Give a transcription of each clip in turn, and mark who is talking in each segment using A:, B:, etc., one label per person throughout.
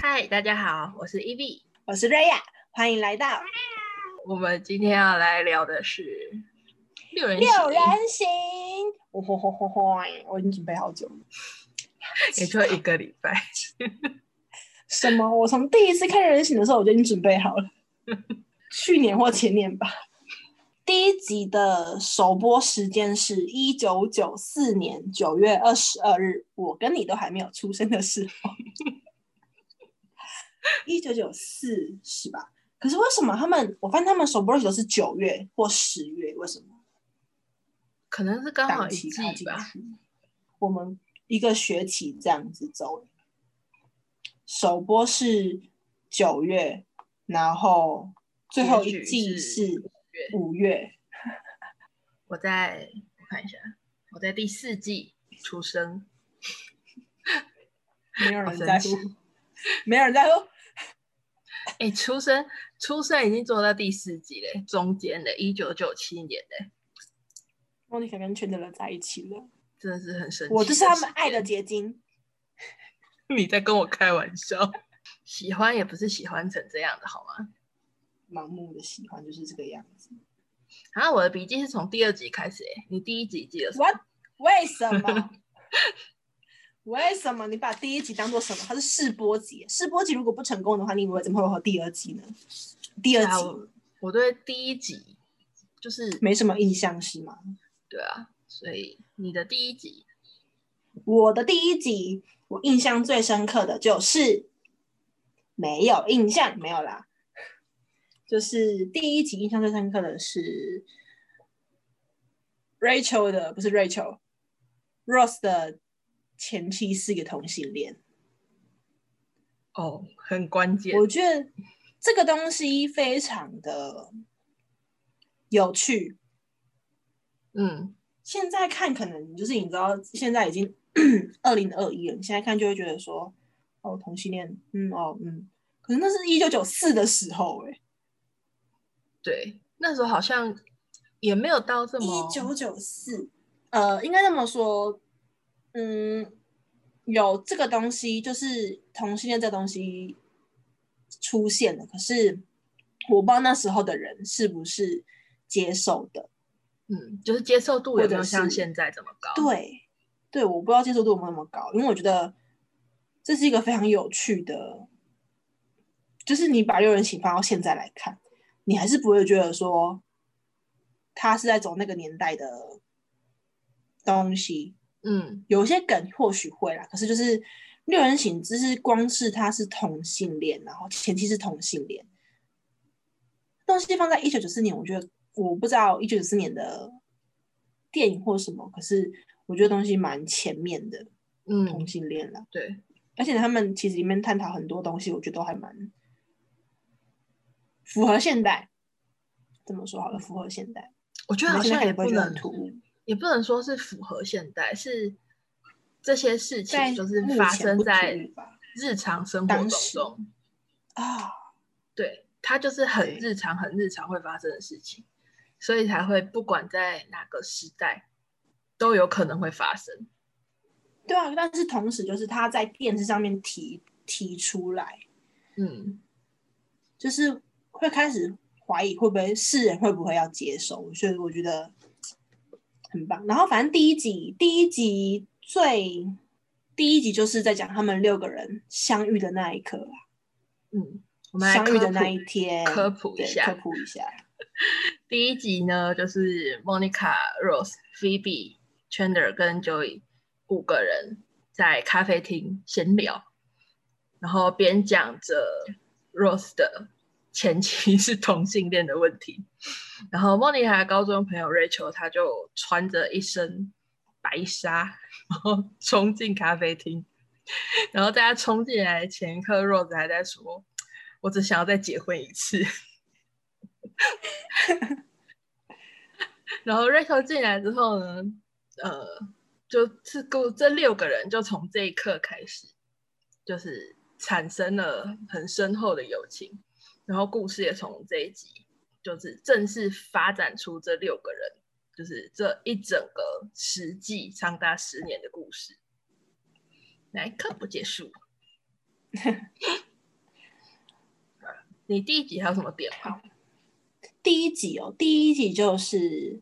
A: 嗨，大家好，我是 e v
B: 我是瑞亚，欢迎来到
A: 我们今天要来聊的是六人
B: 六
A: 行
B: 人行。我吼吼吼吼！我已经准备好久了。
A: 也就一个礼拜。
B: 什么？我从第一次看《人形》的时候，我就已经准备好了，去年或前年吧。第一集的首播时间是一九九四年九月二十二日，我跟你都还没有出生的时候，一九九四是吧？可是为什么他们？我发现他们首播的时候是九月或十月，为什么？
A: 可能是刚好
B: 档
A: 一
B: 期
A: 季
B: 它进
A: 吧。
B: 去，我们一个学期这样子走，首播是九月，然后最后一季是五月。
A: 我在我看一下，我在第四季出生，
B: 没有人
A: 好神
B: 在乎
A: 奇，
B: 没有人在乎。
A: 哎、出生出生已经做到第四季嘞，中间的，一九九七年嘞，
B: 莫妮卡跟圈的人在一起了，
A: 真的是很神奇。
B: 我就是他们爱的，结晶。
A: 你在跟我开玩笑？喜欢也不是喜欢成这样的好吗？
B: 盲目的喜欢就是这个样子。
A: 啊，我的笔记是从第二集开始哎，你第一集记得什么？
B: What？为什么？ 为什么你把第一集当做什么？它是试播集，试播集如果不成功的话，你以为怎么会有第二集呢？第二
A: 啊
B: 集
A: 我我对第一集就是
B: 没什么印象是吗？
A: 对啊，所以你的第一集
B: 我的第一集，我印象最深刻的就是没有印象，没有啦。就是第一集印象最深刻的是 Rachel 的，不是 Rachel，Rose 的前妻是一个同性恋。
A: 哦，很关键
B: 我觉得这个东西非常的有趣，
A: 嗯，
B: 现在看可能就是你知道，现在已经 二零二一了，你现在看就会觉得说，哦，同性恋，嗯，哦，嗯，可是那是一九九四的时候、欸，哎，
A: 对，那时候好像也没有到这么
B: 一九九四，呃，应该这么说，嗯，有这个东西，就是同性恋这东西出现了，可是我不知道那时候的人是不是接受的，
A: 嗯，就是接受度有没有
B: 或者是
A: 像现在这么高？，
B: 对，对，我不知道接受度有没有那么高，因为我觉得这是一个非常有趣的，就是你把六人行放到现在来看，你还是不会觉得说他是在走那个年代的东西。
A: 嗯，
B: 有一些梗或许会啦，可是就是六人行，只是光是他是同性恋，然后前期是同性恋，东西放在一九九四年，我觉得我不知道一九九四年的电影或什么，可是我觉得东西蛮前面的同
A: 嗯，
B: 性恋啦，
A: 对，
B: 而且他们其实里面探讨很多东西，我觉得都还蛮符合现代。这么说好了，符合现代，
A: 我觉
B: 我
A: 得好
B: 们现
A: 像
B: 在看
A: 也
B: 不
A: 不
B: 会觉得很
A: 能
B: 突兀。
A: 也不能说是符合现代，是这些事
B: 在
A: 情就是
B: 目
A: 发
B: 前
A: 生
B: 不突
A: 在
B: 兀吧
A: 日常生活
B: 当
A: 当
B: 时
A: 中，
B: 啊，
A: 对，它就是很
B: 对
A: 日常、很日常会发生的事情，所以才会不管在哪个时代都有可能会发生。
B: 对啊，但是同时就是他在电视上面提提出来，
A: 嗯，
B: 就是会开始怀疑会不会世人会不会要接受，所以我觉得很棒。然后反正第一集第一集最第一集就是在讲他们六个人相遇的那一刻啊，
A: 嗯，我们来
B: 相
A: 科
B: 遇的那
A: 普
B: 一天，
A: 科普一
B: 对
A: 下
B: 科普一下。
A: 第一集呢，就是 Monica、Rose、Phoebe、Chandler 跟 Joey 五个人在咖啡厅闲聊，然后边讲着 Rose 的前妻 是同性恋的问题，然后 Monica 的高中朋友 Rachel 她就穿着一身白纱，然后冲进咖啡厅，然后在她冲进来前一刻，Rose 还在说：“我只想要再结婚一次。”然后 Rachel 进来之后呢，呃，就是够这六个人就从这一刻开始，就是产生了很深厚的友情。然后故事也从这一集就是正式发展出这六个人就是这一整个实际长达十年的故事。来，科普结束。你第一集还有什么点吗？
B: 第一集哦，第一集就是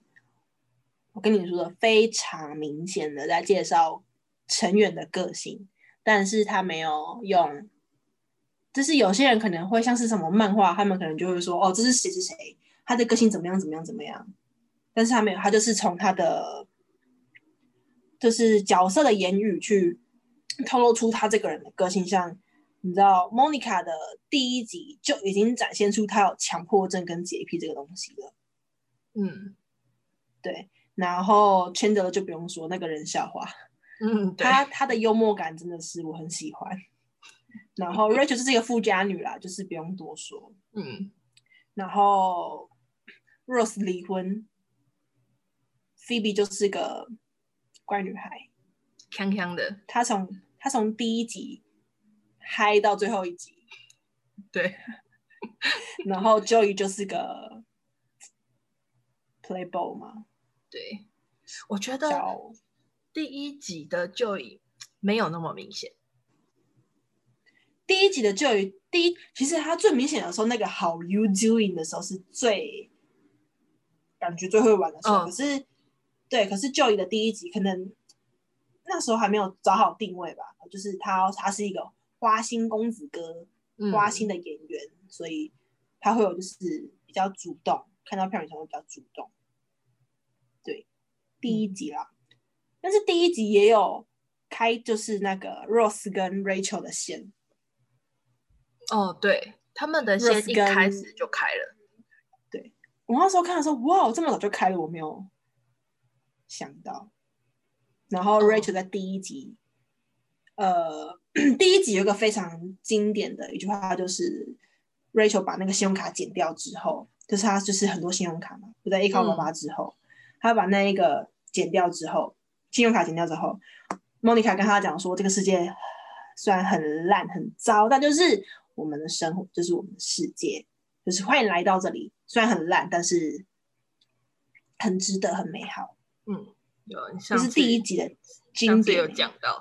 B: 我跟你说的非常明显的在介绍成员的个性，但是他没有用，就是有些人可能会像是什么漫画，他们可能就会说哦，这是谁谁谁，他的个性怎么样怎么样怎么样，但是他没有，他就是从他的就是角色的言语去透露出他这个人的个性，像。你知道，Monica 的第一集就已经展现出她有强迫症跟洁癖这个东西了。
A: 嗯
B: 对，然后 Chandler 就不用说，那个人笑话，
A: 嗯，对，
B: 他他的幽默感真的是我很喜欢。然后 Rachel 就是一个富家女啦，就是不用多说。
A: 嗯
B: 然后 Rose 离婚，Phoebe 就是个乖女孩。
A: 锵锵的，
B: 她从她从第一集嗨到最后一集，
A: 对，
B: 然后 Joey 就是个 playboy 嘛，
A: 对，我觉得
B: 小
A: 第一集的就已没有那么明显，
B: 第一集的 Joey 第一，其实他最明显的时候，那个 How you doing 的时候是最感觉最会玩的时候，
A: 嗯
B: 可是对，可是 Joey 的第一集可能那时候还没有找好定位吧，就是他他是一个花心公子哥，
A: 嗯
B: 花心的演员，所以他会有就是比较主动，看到漂亮女生会比较主动。对，第一集啦，
A: 嗯
B: 但是第一集也有开就是那个 Rose 跟 Rachel 的线，
A: 哦，对，他们的先
B: Rose
A: 一
B: 跟
A: 开始就开了，
B: 我那时候看的时候，哇，这么早就开了，我没有想到。然后
A: 哦
B: Rachel 在第一集，呃， 第一集有一个非常经典的一句话，就是 Rachel 把那个信用卡剪掉之后，就是她就是很多信用卡嘛，就在依靠爸爸之后，她把那一个剪掉之后，信用卡剪掉之后，Monica 跟她讲说，这个世界虽然很烂很糟，但就是我们的生活，就是我们的世界，就是欢迎来到这里，虽然很烂，但是很值得，很美好。
A: 嗯，有，你
B: 这
A: 上
B: 是
A: 次
B: 第一集的经
A: 上次
B: 典欸、
A: 有讲到，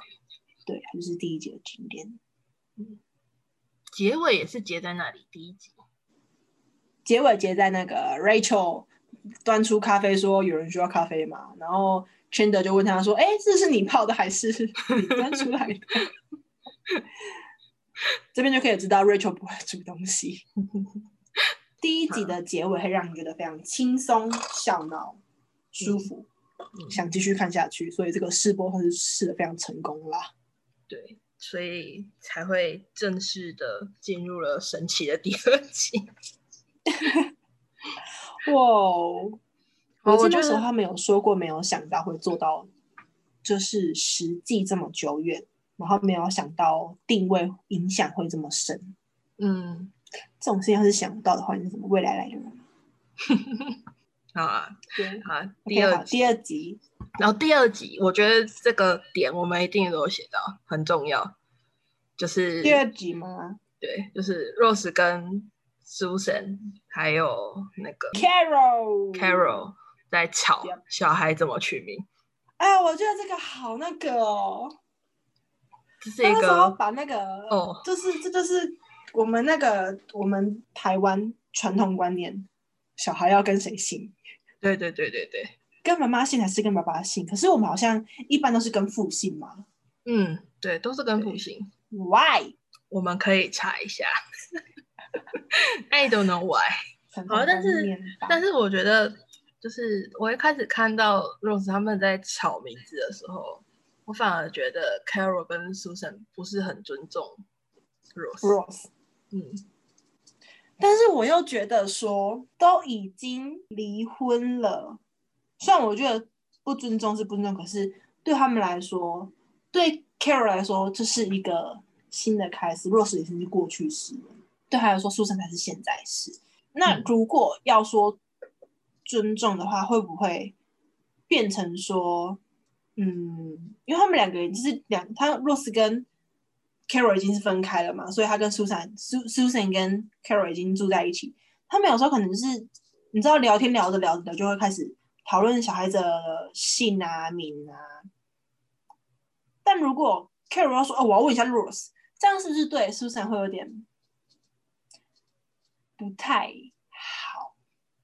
B: 对，它就是第一集的经典。
A: 结尾也是结在那里，第一集，
B: 结尾结在那个 Rachel 端出咖啡说有人需要咖啡嘛，然后 Chandler 就问他说：“哎、这是你泡的还是你端出来的？”这边就可以知道 Rachel 不会煮东西。第一集的结尾会让你觉得非常轻松、笑闹、舒服，
A: 嗯
B: 想继续看下去，所以这个试播会是试的非常成功啦。
A: 对，所以才会正式的进入了神奇的第二集。
B: 哇哦！
A: 哦
B: 我记
A: 我
B: 得那
A: 觉
B: 时候
A: 得
B: 他们有说过，没有想到会做到，就是实际这么久远，然后没有想到定位影响会这么深。
A: 嗯，
B: 这种事情要是想不到的话，你是怎么未来来的人？
A: 好啊，
B: 对，
A: 好啊，第二集，
B: 第二集，
A: 然后第二集，我觉得这个点我们一定都有写到，很重要，就是
B: 第二集吗
A: 对，就是 Rose 跟 Susan 还有那个
B: ？Carol，
A: Carol 在吵
B: Yep
A: 小孩怎么取名，
B: 哎，我觉得这个好那个哦，
A: 这是
B: 他
A: 一
B: 那时候
A: 个
B: 把那个，
A: 哦，
B: 就是这就是我们那个我们台湾传统观念，小孩要跟谁姓。
A: 对对对对对，
B: 跟妈妈姓还是跟爸爸姓？可是我们好像一般都是跟父姓嘛。
A: 嗯，对，都是跟父姓。
B: Why？
A: 我们可以查一下。I don't know why，好但是但
B: 是
A: 是我觉得，就是我一开始看到 Rose 他们在吵名字的时候，我反而觉得 Carol 跟 Susan 不是很尊重 Rose。
B: Rose，
A: 嗯，
B: 但是我又觉得说都已经离婚了，虽然我觉得不尊重是不尊重，可是对他们来说，对 Carol 来说这是一个新的开始，Rose 已经是过去式了，对他来说苏珊才是现在式。那
A: 嗯
B: 如果要说尊重的话，会不会变成说，嗯，因为他们两个人就是两，他 Rose 跟 Carol 已经是分开了嘛，所以他跟 Susan、Su Susan 跟 Carol 已经住在一起。他们有时候可能就是你知道聊天聊着聊着就会开始讨论小孩子的姓啊、名啊。但如果 Carol 要说：“哦，我要问一下 Rose，这样是不是对 Susan 会有点不太好？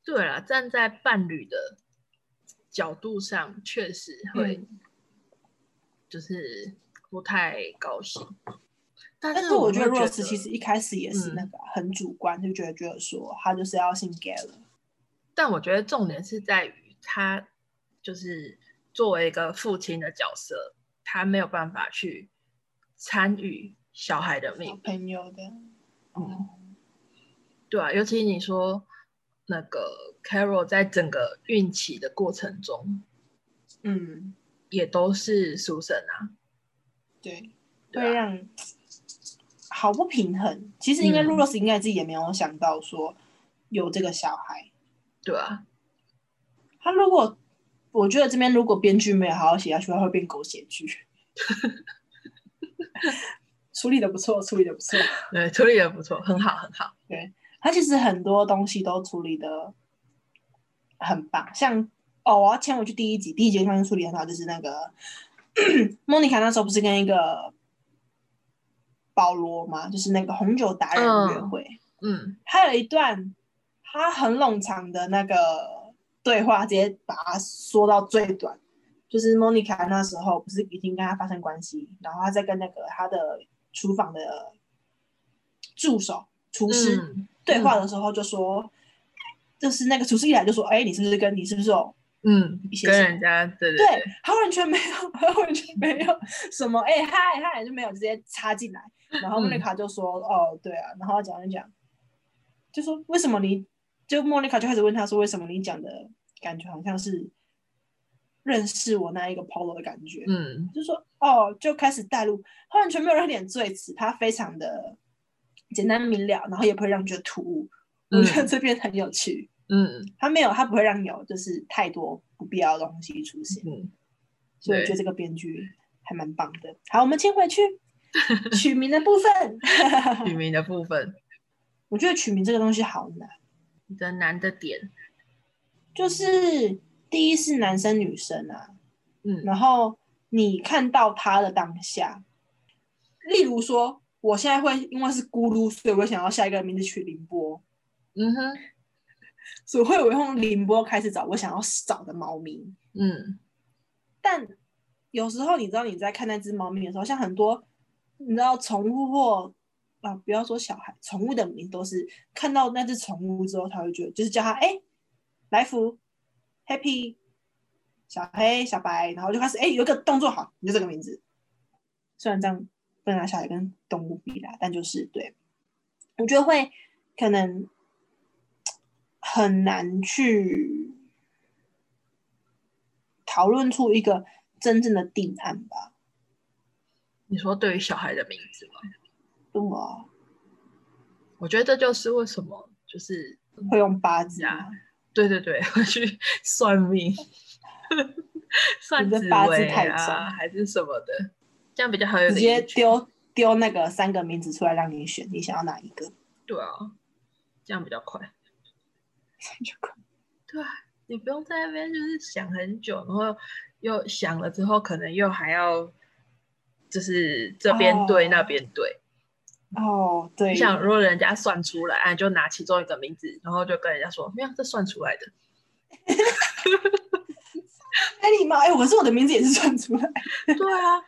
A: 对了，站在伴侣的角度上，确实会
B: 嗯
A: 就是不太高兴。但
B: 哎但
A: 是
B: 是我觉
A: 觉
B: 得 Rose 其实一开始也是
A: 嗯
B: 那个啊、很主观，就觉得觉得说他就是要姓 g a l
A: 但我觉得重点是在于他就是作为一个父亲的角色，他没有办法去参与小孩的
B: e
A: 命运。
B: 朋友的。
A: 嗯，对啊，尤其你说那个 Carol 在整个孕期的过程中，
B: 嗯，
A: 也都是 Susan 啊，
B: 对，
A: 对
B: 会
A: 啊
B: 让好不平衡。其实应该
A: 嗯
B: Rose 应该自己也没有想到说有这个小孩。
A: 对啊，
B: 他如果我觉得这边如果编剧没有好好写下去，他会变狗血剧。 处理的不错，处理的不错。
A: 对，处理的不错，很好，很好。
B: 他其实很多东西都处理的很棒，像哦，我要牵回去第一集，第一集他们处理得很好，就是那个莫妮卡那时候不是跟一个保罗吗？就是那个红酒达人
A: 嗯
B: 约会，
A: 嗯，
B: 还有一段他很冗长的那个对话，直接把它缩到最短。就是莫妮卡那时候不是已经跟他发生关系，然后他在跟那个他的厨房的助手厨师、
A: 嗯
B: 对话的时候就说，就是那个厨师一来就说，哎、你是不是跟你是不是有？
A: 嗯
B: 一，些
A: 跟
B: 什
A: 人家对对
B: 对
A: 对，，
B: 他完全没有， 他完全没有什么，哎、嗨嗨就没有直接插进来。然
A: 嗯
B: 后莫妮卡就说，哦，对啊，然后讲一讲，就说为什么你，就莫妮卡就开始问他说，为什么你讲的感觉好像是认识我那一个 Polo 的感觉，
A: 嗯
B: 就说哦，就开始带入，他完全没有一点罪词，他非常的简单明了，然后也不会让你觉得突兀。我觉得
A: 嗯
B: 这边很有趣，
A: 嗯
B: 他没有，他不会让你有就是太多不必要的东西出现，
A: 嗯，
B: 所以我
A: 对
B: 觉得这个编剧还蛮棒的。好，我们切 回去取名的部分，
A: 取名的部分
B: 我觉得取名这个东西好难，
A: 的难的点，
B: 就是第一是男生女生啊，
A: 嗯
B: 然后你看到他的当下，例如说，我现在会因为是咕噜，所以我想要下一个名字取凌波，
A: 嗯哼，
B: 所以我会用凌波开始找我想要找的猫咪。
A: 嗯
B: 但有时候你知道你在看那只猫咪的时候，像很多你知道宠物或啊，不要说小孩，宠物的名都是看到那只宠物之后，他会觉得就是叫它哎、来福、Happy、小黑、小白，然后就开始哎、有一个动作好，你就这个名字。虽然这样不能拿小孩跟动物比啦，但就是对，我觉得会可能很难去讨论出一个真正的定案吧。
A: 你说对于小孩的名字吗？
B: 对啊，
A: 我觉得这就是为什么就是
B: 会用八字
A: 呀
B: 啊，
A: 对对 对，会去算命， 算
B: 你
A: 紫
B: 的八字
A: 微
B: 太
A: 啊，
B: 重
A: 还是什么的，这样比较好有
B: 直
A: 点
B: 接
A: 依据
B: 丢丢那个三个名字出来让你选，你想要哪一个？
A: 对啊，这样比较快。对啊，你不用在那边就是想很久，然后又想了之后，可能又还要就是这边对、
B: 哦
A: 那边对。
B: 哦，对
A: 你，想，如果人家算出来，啊，你就拿其中一个名字，然后就跟人家说，没有，这算出来的。
B: 哎，你妈，哎，可是我的名字也是算出来，
A: 对啊，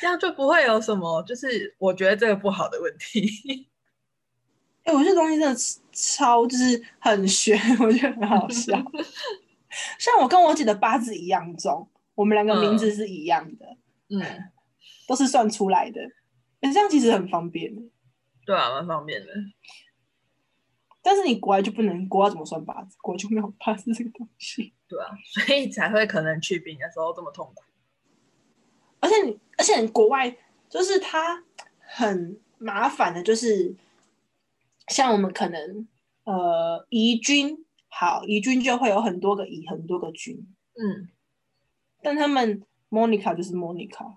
A: 这样就不会有什么，就是我觉得这个不好的问题。
B: 哎，我这东西真的超就是很玄， 我觉得很 好笑。像我跟我姐的八字一样重，我们两个名字是一样的，
A: 嗯，
B: 都是算出来的，哎，这样其实很方便。
A: 对啊，蛮方便的。
B: 但是你国外就不能，国外怎么算八字？国外就没有八字这个东西。
A: 对啊，所以才会可能去冰的时候这么痛苦。
B: 而且你，而且你国外就是它很麻烦的，就是像我们可能呃宜君，好宜君就会有很多个宜，很多个君，
A: 嗯，
B: 但他们 Monica 就是 Monica，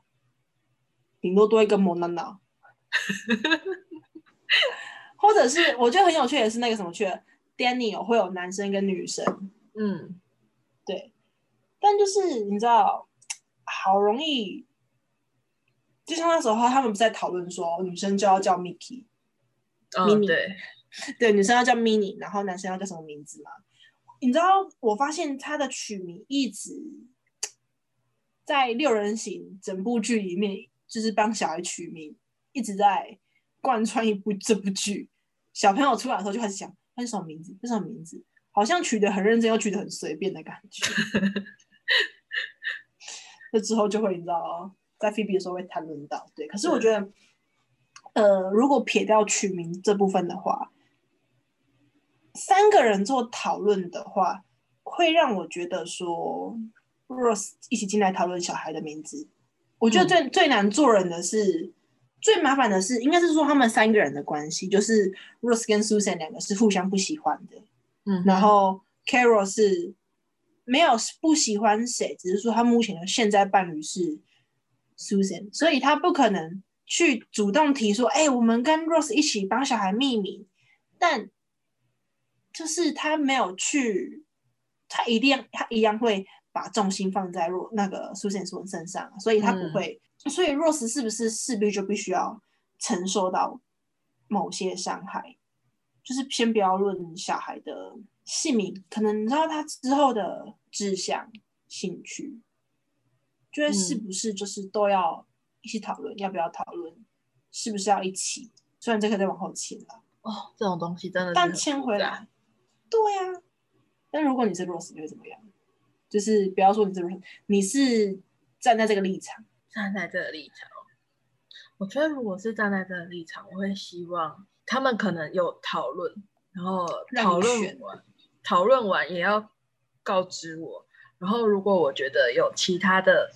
B: 顶多多一个 Monana，或者是我觉得很有趣的是那个什么去 Daniel 会有男生跟女生，
A: 嗯，
B: 对，但就是你知道，好容易，就像那时候他们不是在讨论说女生就要叫 Mickey，
A: 嗯，
B: Mini
A: 对，
B: 对，女生要叫 Mini，然后男生要叫什么名字吗？你知道，我发现他的取名一直在《六人行》整部剧里面，就是帮小孩取名，一直在贯穿一部这部剧。小朋友出来的时候就开始想，他是什么名字？这是什么名字？好像取得很认真，又取得很随便的感觉。那之后就会你知道，哦在 Phoebe 的时候会谈论到，对。可是我觉得，呃，如果撇掉取名这部分的话，三个人做讨论的话，会让我觉得说，Rose 一起进来讨论小孩的名字，我觉得最、最难做人的是，最麻烦的是，应该是说他们三个人的关系，就是 Rose 跟 Susan 两个是互相不喜欢的，
A: 嗯，
B: 然后 Carol 是没有不喜欢谁，只是说他目前的现在伴侣是 Susan，所以他不可能去主动提说，哎、我们跟 Rose 一起帮小孩命名，但就是他没有去，他一定他一样会把重心放在若那个 Susan 说身上，啊所以他不
A: 嗯
B: 会，所以 Rose 是不是势必就必须要承受到某些伤害？就是先不要论小孩的姓名，可能你知道他之后的志向、兴趣，就是是
A: 嗯
B: 不是就是都要一起讨论，要不要讨论，是不是要一起？虽然这个再往后请了，
A: 哦，这种东西真的是
B: 但
A: 很
B: 牵回
A: 复
B: 来，对啊。但如果你是 Rose，你会怎么样？就是不要说你是 Rose，你是站在这个立场，
A: 站在这个立场，我觉得如果是站在这个立场，我会希望他们可能有讨论，然后
B: 让你
A: 讨论
B: 选
A: 完，讨论完也要告知我。然后如果我觉得有其他的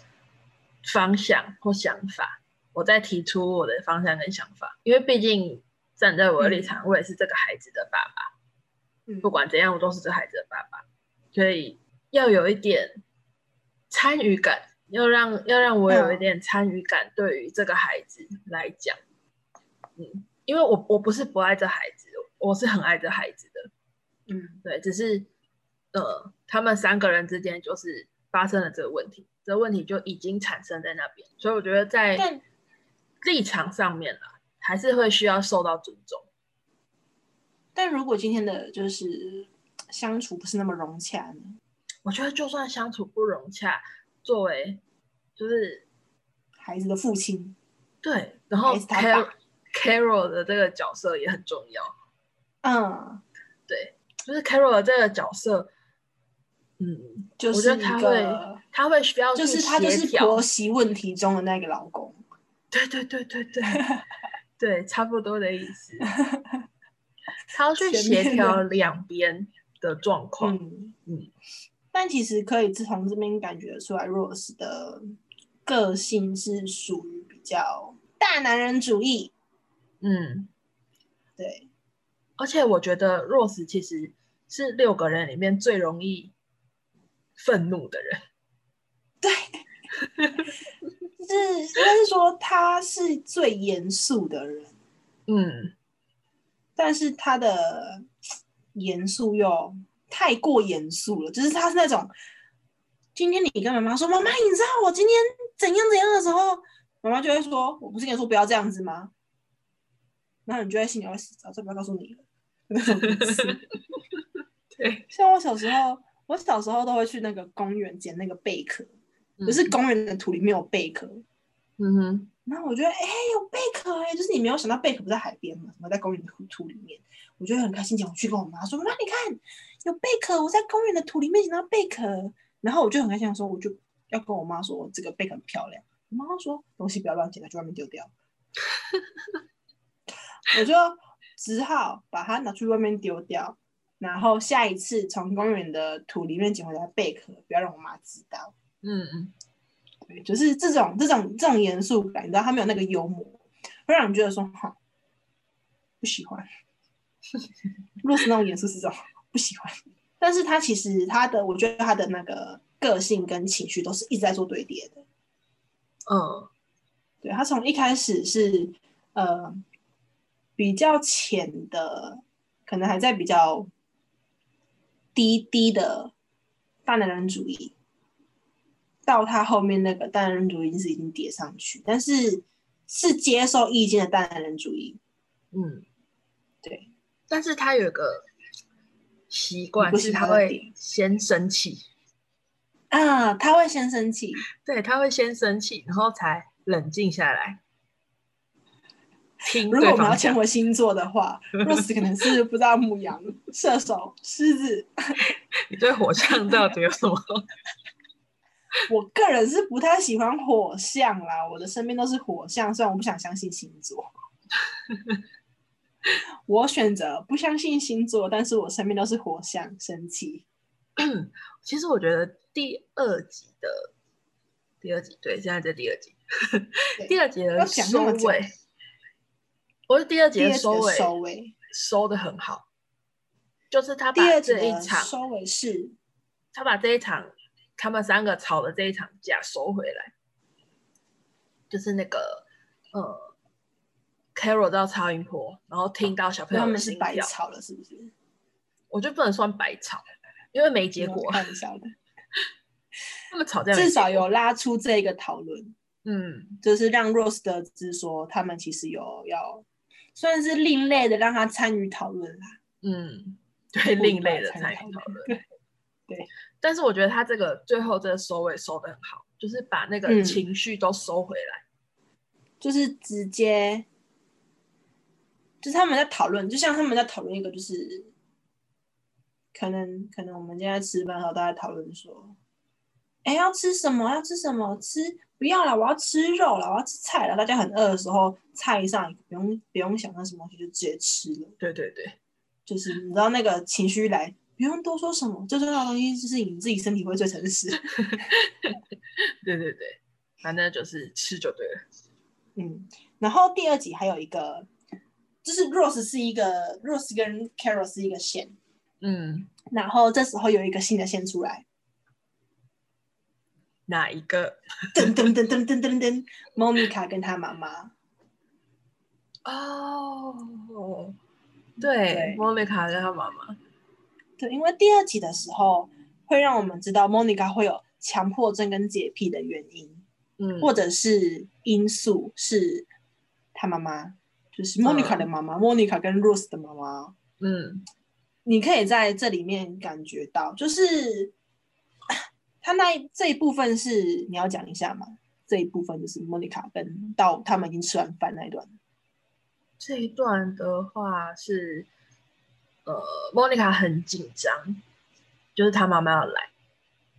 A: 方向或想法，我再提出我的方向跟想法，因为毕竟站在我的立场，我也是这个孩子的爸爸。
B: 嗯，
A: 不管怎样，我都是这孩子的爸爸，所以要有一点参与感，要让要让我有一
B: 嗯
A: 点参与感，对于这个孩子来讲，嗯，因为我我不是不爱这孩子，我是很爱这孩子的，
B: 嗯
A: 对，只是呃，他们三个人之间就是发生了这个问题，这个问题就已经产生在那边，所以我觉得在
B: 但
A: 立场上面啦，还是会需要受到尊重。
B: 但如果今天的就是相处不是那么融洽呢？
A: 我觉得就算相处不融洽，作为就是
B: 孩子的父亲，
A: 对，然后
B: 还是他
A: Carol
B: 爸
A: Carol 的这个角色也很重要，
B: 嗯，
A: 对，就是 Carol 的这个角色，嗯，
B: 就
A: 我
B: 是
A: 觉
B: 一
A: 得他会
B: 个，
A: 他会需要
B: 就是
A: 去
B: 他就是
A: 协调嗯
B: 婆媳问题中的那个老公，
A: 对对对对对对，差不多的意 思，他要去
B: 前
A: 协
B: 面
A: 调
B: 的
A: 两边的状况，
B: 嗯
A: 嗯
B: 但其实可以自从这边感觉出来，Rose 的个性是属于比较大男人主义，
A: 嗯
B: 对，
A: 而且我觉得 Rose 其实是六个人里面最容易愤怒的人。
B: 就是应该是说他是最严肃的人，
A: 嗯，
B: 但是他的严肃又太过严肃了，就是他是那种，今天你跟妈妈说，妈妈，你知道我今天怎样怎样的时候，妈妈就会说，我不是跟你说不要这样子吗？然后你就在心里会死，早就不要告诉你了。那种意思
A: 对，
B: 像我小时候，我小时候都会去那个公园捡那个贝壳，可是公园的土里面有贝壳，
A: 嗯哼，
B: 然后我觉得，哎、有贝壳哎、就是你没有想到贝壳不在海边嘛，什么在公园的土土里面，我就很开心讲，我去跟我妈说，妈，你看有贝壳，我在公园的土里面捡到贝壳，然后我就很开心地说，我就要跟我妈说，我这个贝壳很漂亮，我妈说东西不要乱捡，拿去外面丢掉，我就只好把它拿去外面丢掉，然后下一次从公园的土里面捡回来贝壳，不要让我妈知道。
A: 嗯嗯，
B: 对，就是这种这种这种严肃感，你知道他没有那个幽默，会让你觉得说哈不喜欢。若是那种严肃是这种不喜欢，但是他其实他的，我觉得他的那个个性跟情绪都是一直在做堆叠的。
A: 嗯
B: 对他从一开始是呃比较浅的，可能还在比较低低的大男人主义，到他后面那个大男人主义是已经叠上去，但是是接受意见的大男人主义，
A: 嗯，
B: 对。
A: 但是他有一个习惯
B: 不
A: 是
B: 喜
A: 他
B: 欢的
A: 会
B: 点
A: 先生气，
B: 啊，他会先生气，
A: 对，他会先生气，然后才冷静下来听
B: 如果
A: 对
B: 我们要
A: 方
B: 牵
A: 讲。
B: 回星座的话，Rose 可能是不知道母羊、射手、狮子。
A: 你对火象到底有什么？
B: 我个人是不太喜欢火象啦，我的身边都是火象，虽然我不想相信星座。我选择不相信星座，但是我身边都是火象，生气。
A: 其实我觉得第二集的第二集，对，现在在第二集，
B: 对
A: 第二集
B: 要
A: 的
B: 讲
A: 收
B: 那么久
A: 尾，我是第二集
B: 第
A: 的
B: 二集
A: 收
B: 的
A: 尾
B: 收尾，
A: 收的很好，就是他
B: 第
A: 把
B: 二集
A: 这一
B: 的
A: 场，
B: 收尾是
A: 他把这一场他们三个吵的这一场架收回来，就是那个呃，Carol 到超音波，然后听到小朋
B: 他
A: 友的
B: 们是
A: 心
B: 白
A: 跳，
B: 吵了，是不是？
A: 我觉得不能算白吵，因为没结
B: 我
A: 果，
B: 开 玩笑的，
A: 他们吵架没
B: 嗯至
A: 结
B: 少
A: 果
B: 有拉出这个讨论。
A: 嗯。
B: 就是让 Rose 得知说他们其实有要算是另类的让他参与讨论啦，
A: 嗯，对，
B: 不
A: 另
B: 管
A: 类的参与
B: 参与
A: 讨
B: 讨
A: 论。
B: 对，
A: 但是我觉得他这个最后这个收尾收的很好，就是把那个
B: 嗯
A: 情绪都收回来。
B: 就是直接就是他们在讨论，就像他们在讨论一个就是可能可能我们今天在吃饭的时候大家讨论说，哎要吃什么要吃什么吃不要了，我要吃肉了，我要吃菜了，大家很饿的时候菜一上不用不用想那什么东西就直接吃了。
A: 对对对，
B: 就是你知道那个情绪来，不用多说什么，最重要的东西就是你自己身体会最诚实。
A: 对对对，反正就是吃就对了。
B: 嗯，然后第二集还有一个，就是 Rose 是一个 Rose 跟 Carol 是一个线，
A: 嗯，
B: 然后这时候有一个新的线出来，
A: 哪一个
B: 噔噔噔噔噔噔噔，Monica 跟她妈妈，
A: 哦，对
B: 对，
A: 莫妮卡跟她妈妈，
B: 对，因为第二集的时候会让我们知道 Monica 会有强迫症跟洁癖的原因。
A: 嗯，
B: 或者是因素是他妈妈，就是
A: 嗯
B: Monica 的妈妈、莫 m o n i c a 跟 Rose 的妈妈，
A: 嗯
B: 你可以在这里面感觉到，就是他那一这一部分是你要讲一下吗？这一部分就是 Monica 跟到他们已经吃完饭那一段，
A: 这一段的话是，呃，莫妮卡很紧张，就是她妈妈要来，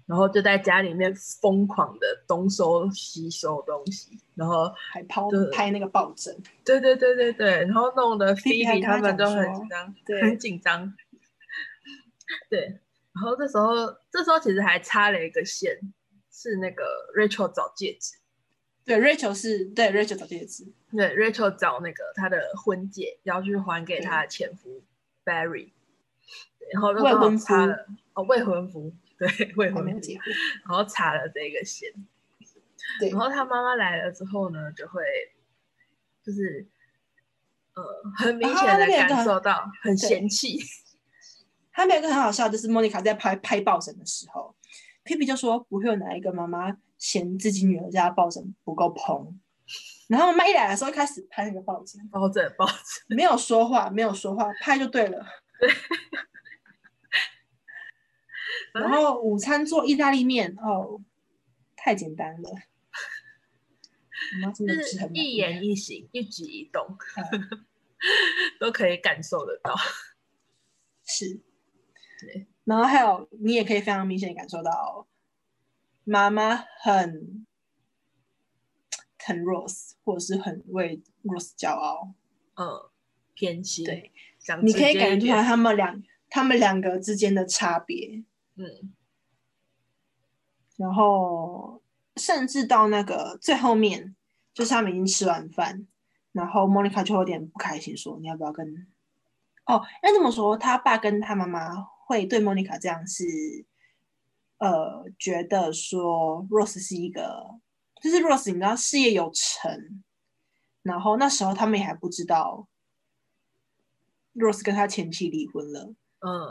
A: 然后就在家里面疯狂的东收西收东西，然后
B: 还抛
A: 对
B: 拍那个抱枕，
A: 对对对对对，然后弄得菲
B: Phoebe 还
A: 比
B: 跟
A: 他
B: 她
A: 们都
B: 讲
A: 很
B: 说
A: 紧张，
B: 对
A: 很紧张，对。然后这时候，这时候其实还插了一个线，是那个 Rachel 找戒指，
B: 对，Rachel 是对 Rachel 找戒指，
A: 对，Rachel 找那个她的婚戒要去还给她的前夫 Barry，对然后就
B: 未
A: 刚好
B: 婚夫
A: 查了哦未婚夫，对未
B: 还
A: 婚
B: 没有
A: 夫，
B: 结婚，
A: 然后查了这个线，
B: 对
A: 然，后他妈妈来了之后呢，就会就是呃很明显
B: 啊
A: 的
B: 那个有个
A: 感受到很
B: 对
A: 嫌弃，
B: 他们有一个很好笑，就是莫妮卡在拍拍抱枕的时候，皮皮就说不会有哪一个妈妈嫌自己女儿家的抱枕不够蓬。然后妈妈一来的时候，开始拍那个抱枕，
A: 抱着抱着，
B: 没有说话，没有说话，拍就 对了。 然后午餐做意大利面，哦，太简单了。妈妈真的
A: 就
B: 不
A: 是
B: 是很满
A: 一
B: 意
A: 言一行、一举一动
B: 嗯
A: 都可以感受得到，
B: 是
A: 对。
B: 然后还有，你也可以非常明显地感受到，妈妈很很 Rose，或者是很为 Rose 骄傲。
A: 嗯，偏心，
B: 对，
A: 想
B: 你
A: 直
B: 可以
A: 接
B: 感
A: 一
B: 觉出
A: 点
B: 来他们两他们两个之间的差别。
A: 嗯。
B: 然后甚至到那个最后面，就是他们已经吃完饭，然后莫妮卡就有点不开心，说你要不要跟？哦，那这么说，他爸跟他妈妈会对莫妮卡这样是，呃，觉得说 Rose 是一个，就是 Rose 你知道事业有成，然后那时候他们也还不知道 Rose 跟他前妻离婚了。
A: 嗯，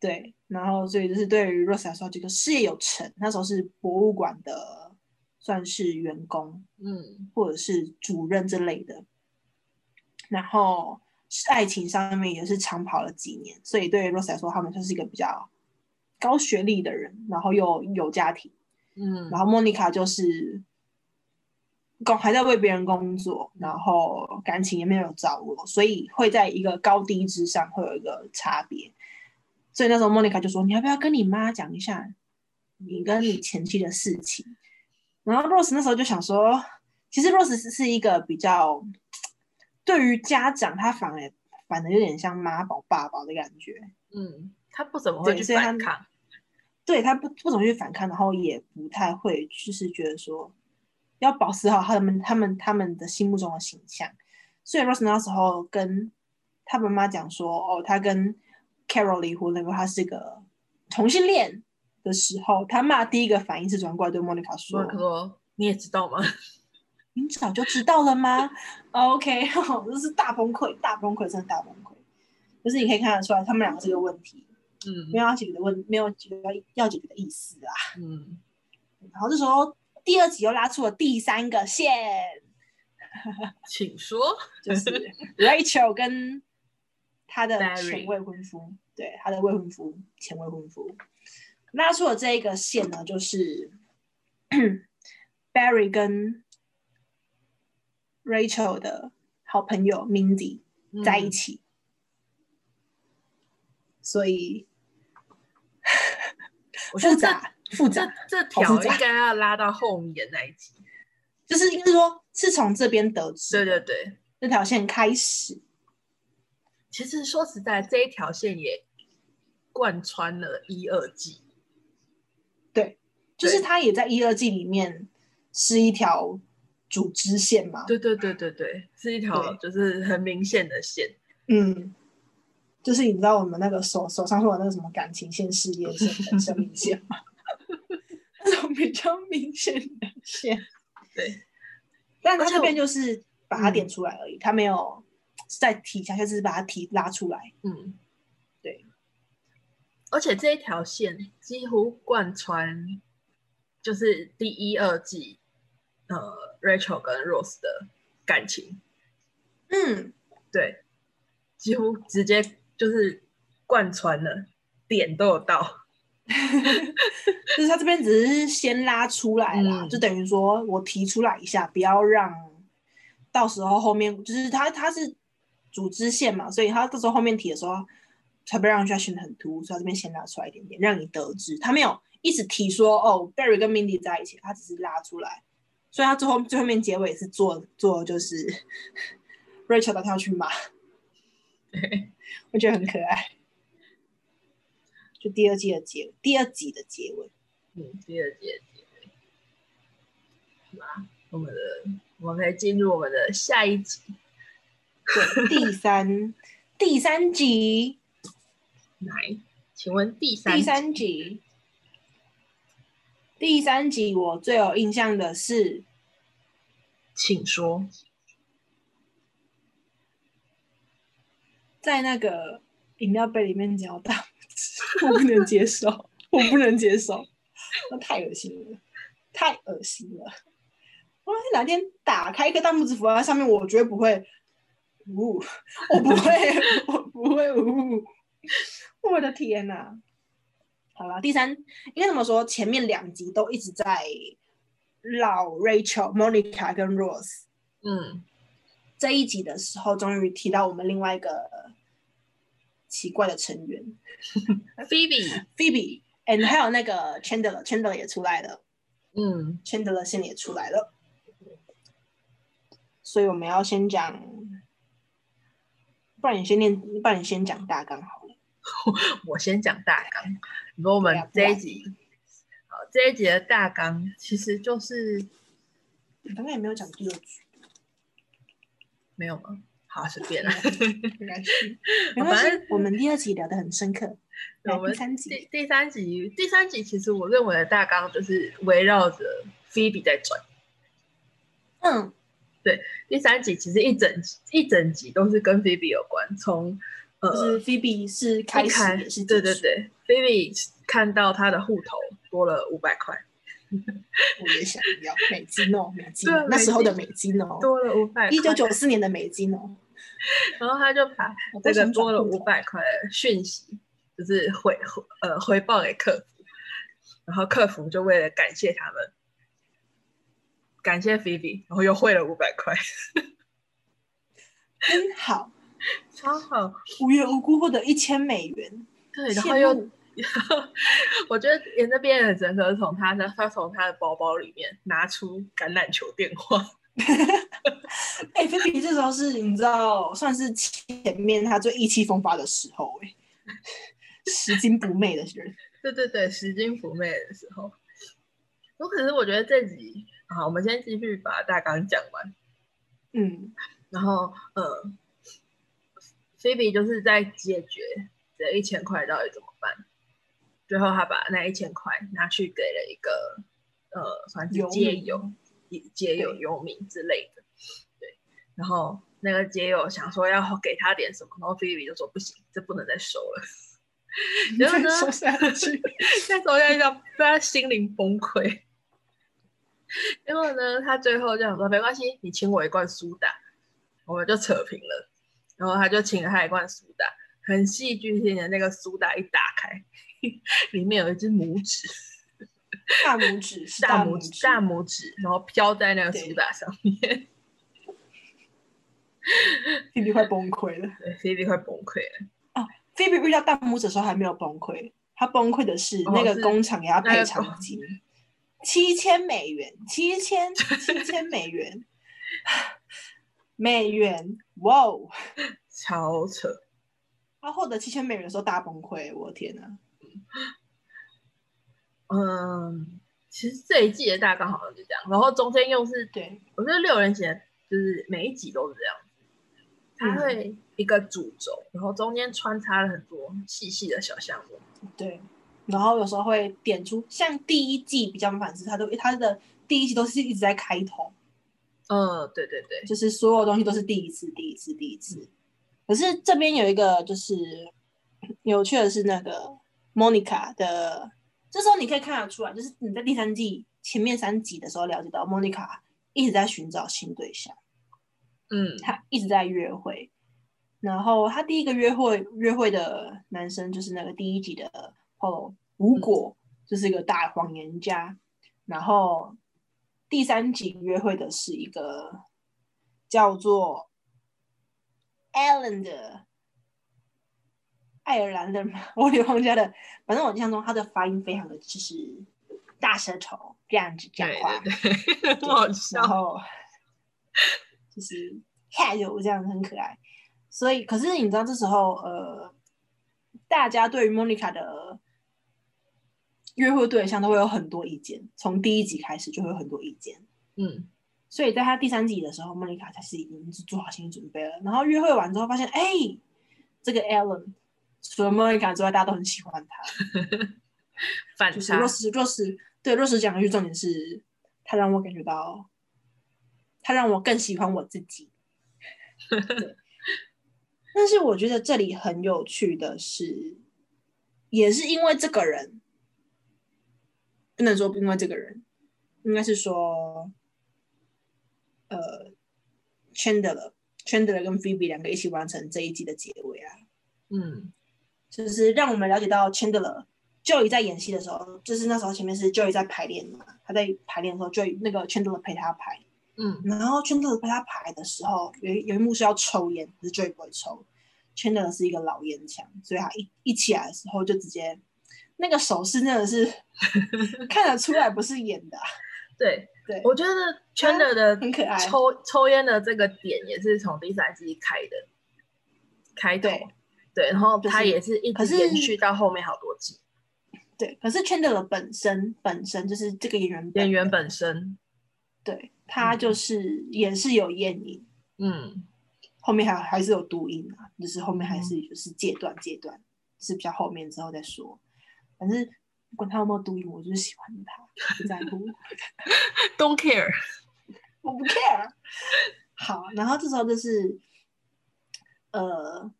A: 对，
B: 对，然后所以就是对于 Rose 来说，这个事业有成。那时候是博物馆的，算是员工
A: 嗯
B: 或者是主任之类的。然后是爱情上面也是长跑了几年，所以对于 Rose 来说，他们就是一个比较高学历的人，然后又有家庭。
A: 嗯
B: 然后莫妮卡就是工还在为别人工作，然后感情也没有着落，所以会在一个高低之上会有一个差别。所以那时候莫妮卡就说：“你要不要跟你妈讲一下你跟你前妻的事情？”然后 Rose 那时候就想说，其实 Rose 是是一个比较对于家长，他反而反而有点像妈宝爸宝的感觉。
A: 嗯，他不怎么会
B: 对
A: 去
B: 所以他
A: 反抗，
B: 对他不不怎么去反抗，然后也不太会，就是觉得说要保持好他们他们他们的心目中的形象。所以 Rose 那时候跟他妈妈讲说，哦，他跟 Carol 离婚了，因为他是个同性恋的时候，他妈第一个反应是转过来对 Monica 说
A: 我：“说你也知道吗？
B: 你早就知道了吗？”OK，就是 大崩溃，大崩溃，真的大崩溃。就是你可以看得出来，他们两个这个问题没
A: 嗯
B: 有要解决的问，没有解决要要解决的意思啊。
A: 嗯，
B: 然后这时候第二集又拉出了第三个线，
A: 请说。
B: 就是 Rachel 跟她的
A: Barry
B: 前未婚夫，对，她的未婚夫、前未婚夫拉出了这一个线呢，就是 Barry 跟 Rachel 的好朋友 Mindy 在一
A: 起，
B: 起，所以
A: 我觉得
B: 复
A: 这
B: 杂复
A: 这
B: 杂，
A: 这
B: 好
A: 条
B: 复杂
A: 应该要拉到后面那一集。
B: 就是应该说是从这边得知
A: 对对对，
B: 这条线开始。
A: 其实说实在，这一条线也贯穿了一二季。
B: 就是
A: 对
B: 它也在一二季里面是一条主支线嘛。
A: 对对对对对，是一条就是很明显的线。
B: 嗯，就是你知道我们那个手手上会有那个什么感情线、事业线、人生命线 嘛，那种比较明显的线。
A: 对，
B: 但他
A: 而且
B: 这边
A: 我嗯
B: 就是把它点出来而已，他没有再提一下，就是把它提拉出来。
A: 嗯，
B: 对。
A: 而且这一条线几乎贯穿，就是第一、二季，呃，Rachel 跟 Rose 的感情，
B: 嗯，
A: 对，几乎直接就是贯穿了，点都有到。
B: 就是他这边只是先拉出来啦，
A: 嗯
B: 就等于说我提出来一下，不要让到时候后面就是他他是组织线嘛，所以他到时候后面提的时候，才不要让人家显得很突兀，所以他这边先拉出来一点点，让你得知他没有一直提说哦，Barry 跟 Mindy 在一起，他只是拉出来，所以他最后最后面结尾是做做就是 Rachel 打电话去骂，
A: 对，
B: 我觉得很可爱，就第二季的结第二集的结尾。
A: 嗯，第二季的结尾。好吧，我们的我们可以进入我们的下一集。
B: 对，第三第三集，
A: 来，请问第三
B: 第三集，第三集，我最有印象的是
A: 请说。
B: 在那个饮料杯里面嚼大拇指， 我不能接受，我不能接受，那太恶心了，太恶心了。我哪天打开一个大拇指浮在上面，我绝对不会，呜、我不会， 我不会，呜、我的天哪、好了，第三应该怎么说？前面两集都一直在绕 Rachel、Monica 跟 Rose，
A: 嗯
B: 这一集的时候，终于提到我们另外一个奇怪的成员
A: 嗯，Phoebe，
B: Phoebe，and 还有那个 Chandler，Chandler 也出来了
A: 嗯
B: ，Chandler 现在也出来了，所以我们要先讲，不然你先念，不然你先讲大纲好了。
A: 我先讲大纲。你说我们
B: 对啊不
A: 这
B: 然
A: 一集，好，这一集的大纲其实就是
B: 刚刚也没有讲第二句，
A: 没有吗？好，随便啦。
B: 没关系，没关
A: 反
B: 系
A: 正，
B: 我们第二集聊得很深刻，来
A: 我们
B: 第三集，
A: 第第三集，第三集其实我认为的大纲就是围绕着 Phoebe 在转。
B: 嗯，
A: 第三集其实一整集一整集都是跟 Phoebe 有关，从
B: 就是 Phoebe 是开
A: 一
B: 始
A: 开
B: 也是
A: 对
B: 结
A: 对
B: 束，
A: 对，Phoebe 看到他的户头多了五百块，
B: 我也想要美金哦，美金
A: 对啊
B: 哦那时候的
A: 美
B: 美金哦，
A: 多了五百，
B: 一九，九四年的美金哦，
A: 然后他就把
B: 我
A: 这
B: 都
A: 个
B: 想
A: 多
B: 转
A: 了
B: 户
A: 五
B: 头
A: 百块的讯息，就是回回呃回报给客服，然后客服就为了感谢他们，感谢 Phoebe，然后又汇了五百块，
B: 真哎好，
A: 超好，
B: 无缘无故获得一千美元，
A: 对，然
B: 羡
A: 后又
B: 慕
A: 我觉得演这边很神是从他的他从他的包包里面拿出橄榄球电话，
B: 哎、菲比这时候是你知道，算是前面他最意气风发的时候、哎，拾金不昧的人。
A: 对对对，拾金不昧的时候。我可是我觉得这集好，我们先继续把大纲讲完，
B: 嗯，
A: 然后呃，菲比就是在解决这一千块到底怎么办，最后他把那一千块拿去给了一个呃，算是
B: 游
A: 街
B: 民
A: 友，街友
B: 对
A: 游民之类的，对。然后那个街友想说要给他点什么，然后菲比就说不行，这不能再收了。 然后呢
B: 说下去，
A: 那时候在让他心灵崩溃。 结果呢，他最后就想说没关系，你请我一罐苏打，我们就扯平了。然后他就请了他一罐苏打，很戏剧性的那个苏打一打开， 里面有一只拇指，
B: 大拇指是
A: 大拇
B: 拇
A: 指，大拇指，然后飘在那个苏打上面，
B: 菲比快崩溃了。
A: 对，菲比快崩溃了。
B: 菲比遇到大拇指的时候还没有崩溃，他崩溃的是
A: 哦
B: 那个
A: 是
B: 工厂给他
A: 那
B: 赔
A: 个
B: 偿
A: 工
B: 金，七千美元，七千七千美元，美元，哇哦！
A: 超扯！
B: 他获得七千美元的时候大崩溃，我的天哪！
A: 嗯，其实这一季的大纲好像就这样，然后中间又是
B: 对，
A: 我觉得六人行就是每一集都是这样子，它
B: 嗯
A: 会一个主轴，然后中间穿插了很多细细的小项目。
B: 对，然后有时候会点出，像第一季比较麻烦是，它都它的第一季都是一直在开头，
A: 嗯，对对对，
B: 就是所有东西都是第一次、第一次、第一次。可是这边有一个就是有趣的是，那个 Monica 的，这时候你可以看得出来，就是你在第三季前面三集的时候了解到 Monica 一直在寻找新对象。
A: 嗯，
B: 他一直在约会，然后他第一个约会约会的男生就是那个第一集的 Polo 无
A: 嗯
B: 果，就是一个大谎言家。然后第三集约会的是一个叫做 Alan 的爱尔兰人嘛， 我有点忘记他的，反正我印象中他的发音非常的就是大舌头这样子讲
A: 对
B: 话。
A: 对对，很好笑
B: 然。后就是 cat 有这样子很可爱。所以，可是你知道这时候，呃，大家对于 Monica 的约会对象都会有很多意见，从第一集开始就会有很多意见。
A: 嗯，
B: 所以在他第三集的时候，莫妮卡才是已经是做好心理准备了。然后约会完之后发现，哎、这个 Alan 除了莫妮卡之外，大家都很喜欢他。
A: 反
B: 就是
A: 差
B: 若。石若石对若石讲的一句重点是，他让我感觉到，他让我更喜欢我自己。 对但是我觉得这里很有趣的是，也是因为这个人，不能说因为这个人，应该是说，呃，Chandler Chandler 跟 Phoebe 两个一起完成这一季的结尾啊。
A: 嗯
B: 就是让我们了解到 Chandler Joey 在演戏的时候，就是那时候前面是 Joey 在排练嘛，他在排练的时候，Joey 那个 Chandler 陪他排，
A: 嗯
B: 然后 Chandler 陪他排的时候，有一有一幕是要抽烟，可是 Joey 不会抽，Chandler 是一个老烟枪，所以他一一起来的时候就直接那个手势真 的是看得出来不是演的啊、
A: 对，
B: 对，
A: 我觉得 Chandler 的
B: 很可爱，
A: 抽抽烟的这个点也是从第三季开的，开头
B: 对。
A: 对，然后
B: 就是
A: 他也是一
B: 可
A: 直
B: 是
A: 延续到后面好多季。
B: 对，可是 Chandler 本身本身就是这个演员
A: 演员
B: 人
A: 本嗯身，
B: 对他就是、也是有烟瘾。
A: 嗯
B: 后面还还是有读音啊，就是后面还是就是戒断戒断，是比较后面之后再说。反正不管他有没有读音，我就是喜欢他，不在乎，
A: ，Don't care。
B: 我不 care。好，然后这时候就是呃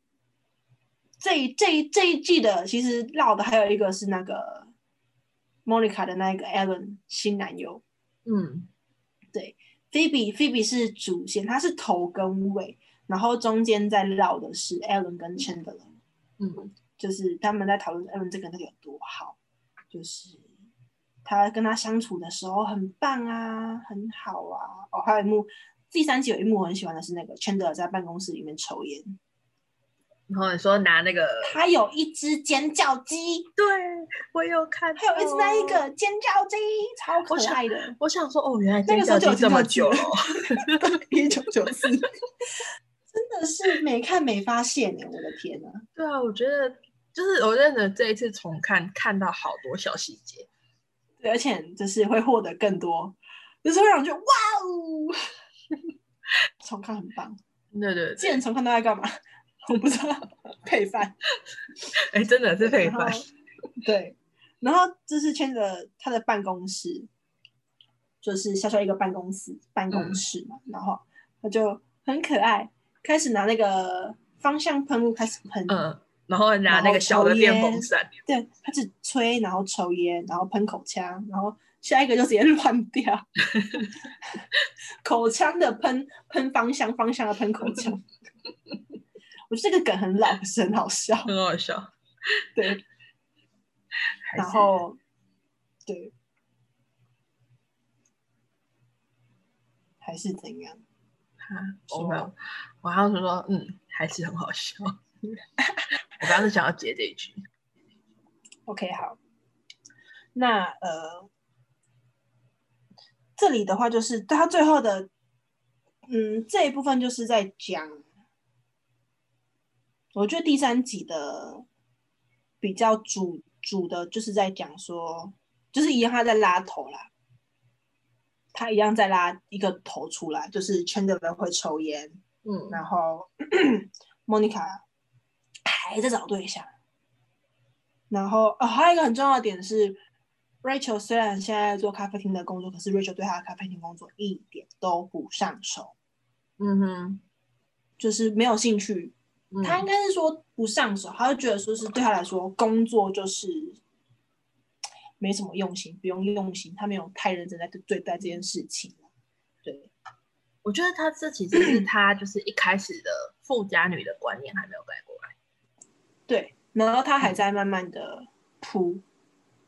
B: 这一这一这一季的，其实绕的还有一个是那个 Monica 的那个 Alan 新男友
A: 嗯
B: Phoebe Phoebe 是主线，他是头跟尾，然后中间再绕的是 Alan 跟 Chandler，
A: 嗯
B: 就是他们在讨论 Alan 这个人到底有多好，就是他跟他相处的时候很棒啊，很好啊。哦，还有一幕第三季有一幕我很喜欢的是那个 Chandler 在办公室里面抽烟，
A: 然后你说拿那个，
B: 他有一只尖叫鸡。
A: 对我有看，
B: 还有一只那一，个尖叫鸡，超可
A: 我想
B: 爱的，
A: 我想说哦，原来
B: 那
A: 尖
B: 个时候
A: 叫
B: 就有
A: 鸡这么
B: 尖
A: 久
B: 叫
A: 了
B: 鸡， 一九九四，真的是没看没发现哎、我的天呐、
A: 对啊，我觉得就是我认得这一次重看看到好多小细节，
B: 对，而且就是会获得更多，就是会让人觉得哇哦， 重看很棒。
A: 对对
B: 之
A: 对，
B: 前重看都在干嘛？ 我不知 道，配饭，
A: 哎、真的是配饭
B: 然，后对，然后就是牵着他的办公室，就是小小一个办公室办公室
A: 嗯
B: 嘛，然后他就很可爱，开始拿那个方向喷雾开始喷，
A: 嗯，然后拿
B: 然
A: 那
B: 后
A: 个小的
B: 抽
A: 电
B: 烟
A: 风扇，
B: 对，他只吹，然后抽烟，然后喷口腔，然后下一个就直接乱 掉，口腔的喷喷芳香，芳香的喷口 腔。我觉得这个梗很老，可是很好笑。
A: 很好笑。
B: 对，
A: 还
B: 然
A: 是
B: 后对，还是怎样？
A: 他，
B: 说
A: 我没有，我刚刚说嗯，还是很好 笑。我刚刚是想要接这一句，
B: OK，好，那呃，这里的话就是它最后的，嗯，这一部分就是在讲，我觉得第三集的比较主主的就是在讲说，就是一样他在拉头啦，他一样在拉一个头出来，就是 Chandler 会抽烟，
A: 嗯，
B: 然后 Monica 还在找对象，然后哦，还有一个很重要的点是，Rachel 虽然现在做咖啡厅的工作，可是 Rachel 对她的咖啡厅工作一点都不上手，
A: 嗯哼，
B: 就是没有兴趣。
A: 嗯
B: 她应该是说不上手，她就觉得说是对她来说工作就是没什么用心，不用用心，她没有太认真在对待这件事情。对，
A: 我觉得他这其实是他就是一开始的富家女的观念还没有改过来，
B: 对，然后她还在慢慢的铺，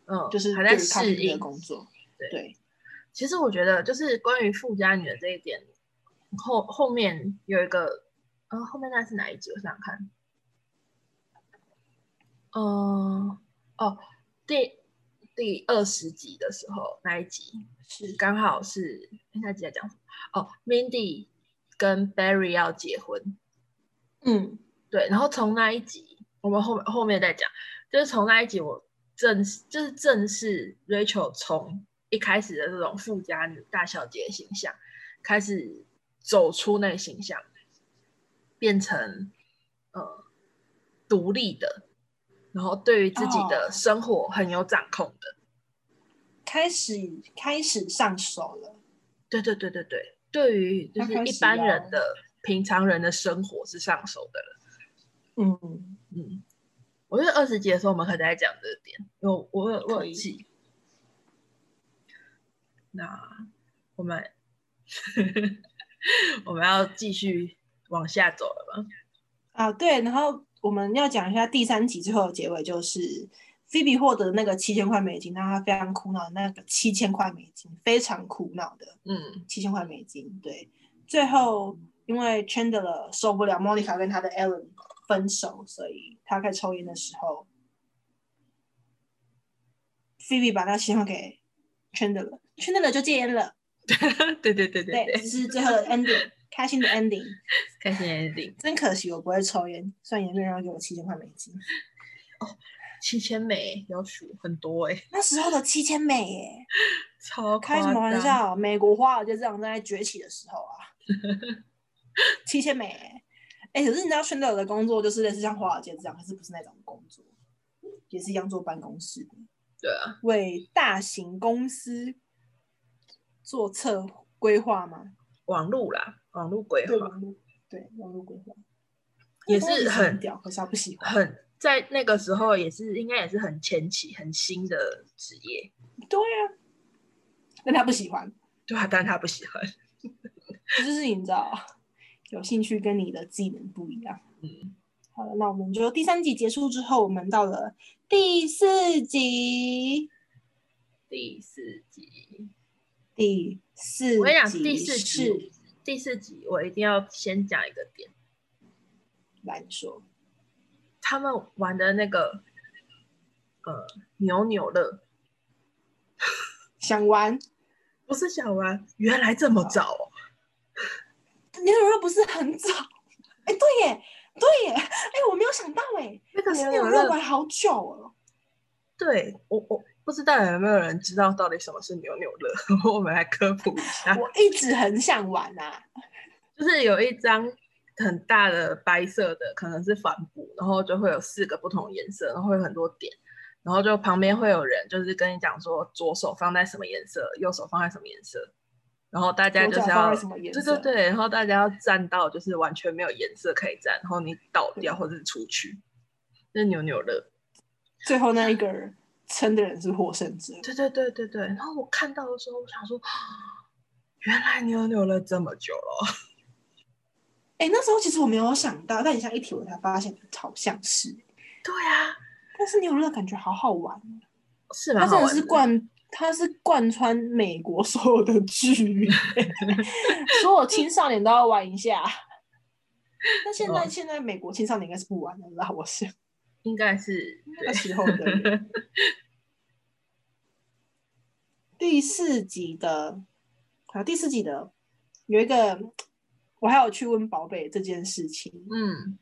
A: 嗯，
B: 就是
A: 还在
B: 对于咖
A: 适
B: 啡厅的
A: 应
B: 工作。
A: 对
B: 对，
A: 其实我觉得，就是关于富家女的这一点，后后面有一个，呃，后面那是哪一集？我想想看，嗯、哦，第第二十集的时候那一集
B: 是
A: 刚好是诶那集在讲什么？哦，Mindy 跟 Barry 要结婚，
B: 嗯，
A: 对，然后从那一集，我们后面后面再讲，就是从那一集我正式就是正式 Rachel 从一开始的这种富家女大小姐的形象，开始走出那个形象，变成呃独立的，然后对于自己的
B: 哦
A: 生活很有掌控的。
B: 开始开始上手了，
A: 对对对对对，对于就
B: 她
A: 是
B: 开
A: 一
B: 始
A: 般
B: 要
A: 人的平常人的生活是上手的了。
B: 嗯，
A: 嗯，我觉得二十集的时候我们可以再讲这个点，因为我我有我
B: 可
A: 有
B: 以
A: 记。那我们 我们要继续往下走了吗？
B: 啊，对，然后我们要讲一下第三集最后的结尾，就是菲比获得那个七千块美金，让他非常苦恼的那个七千块美金，非常苦恼的
A: 嗯
B: 七千块美金。对，最后因为 Chandler 受不了 Monica 跟他的 Alan 分手，所以他在抽烟的时候菲比把那七千块给 Chandler，Chandler 就戒烟了。
A: 对对对对
B: 对，
A: 对，
B: 这是最 后的 ending，开心的 ending。
A: 开心 ending，
B: 真可惜我不会抽烟，算也没有人要给我七千块美金。
A: 七千美要数很多哎、
B: 那时候的七千美耶，
A: 超
B: 开什么
A: 夸
B: 玩
A: 张？
B: 笑？美国华尔街市场正在崛起的时候 啊，七千美耶。哎、可是你知道宣德的工作就是类似像华尔街这样，可是不是那种工作，也是一样坐办公室的，
A: 对啊，
B: 为大型公司做策规划吗？
A: 网路啦，网路规
B: 对
A: 划
B: 网络，对网络规划
A: 也
B: 那个东西
A: 是
B: 很
A: 很
B: 屌，可是他不喜欢。
A: 很在那个时候也是应该也是很前期、很新的职业，
B: 对啊，但他不喜欢，
A: 对啊，但他不喜欢，
B: 这就是你知道， 有兴趣跟你的技能不一样。
A: 嗯，
B: 好了，那我们就第三集结束之后，我们到了第四集。
A: 第四集，
B: 第四集
A: 我跟你讲，第四
B: 是
A: 集，第四集我一定要先讲一个点，
B: 难说，
A: 他们玩的那个呃扭扭乐，
B: 想玩
A: 不是想玩，原来这么早哦，
B: 牛牛肉不是很早？ 哎、对耶，对耶，哎，我没有想到哎，
A: 那个是
B: 牛
A: 扭
B: 牛肉
A: 乐，
B: 玩好久哦。
A: 对我我不知道有没有人知道到底什么是扭扭乐， 我们来科普一下。
B: 我一直很想玩呐、啊，
A: 就是有一张很大的白色的，可能是帆布，然后就会有四个不同颜色，然后会有很多点，然后就旁边会有人就是跟你讲说左手放在什么颜色，右手放在什么颜色，然后大家
B: 我
A: 就
B: 脚
A: 是
B: 放
A: 要
B: 在什么颜
A: 对
B: 色？
A: 对对，然后大家要站到就是完全没有颜色可以站，然后你倒掉或者是出去，那扭扭乐。
B: 最后那一个人撑的人是获胜者，
A: 对对对对对，然后我看到的时候，我想说，原来扭扭乐这么久了，
B: 哎、那时候其实我没有想到，但你像一提我才发现好像是。
A: 对啊，
B: 但是牛肉感觉好好玩，哦
A: 是
B: 它
A: 蛮好
B: 真的
A: 玩
B: 是贯，它是贯穿美国所有的 剧，所有青少年都要玩一下。那现在、
A: 哦
B: 现在美国青少年应该是不玩的啦，我想
A: 应该是
B: 那个时候的 人。
A: 对。
B: 第四集的，啊，第四集的有一个，我还有去问宝贝这件事情，
A: 嗯，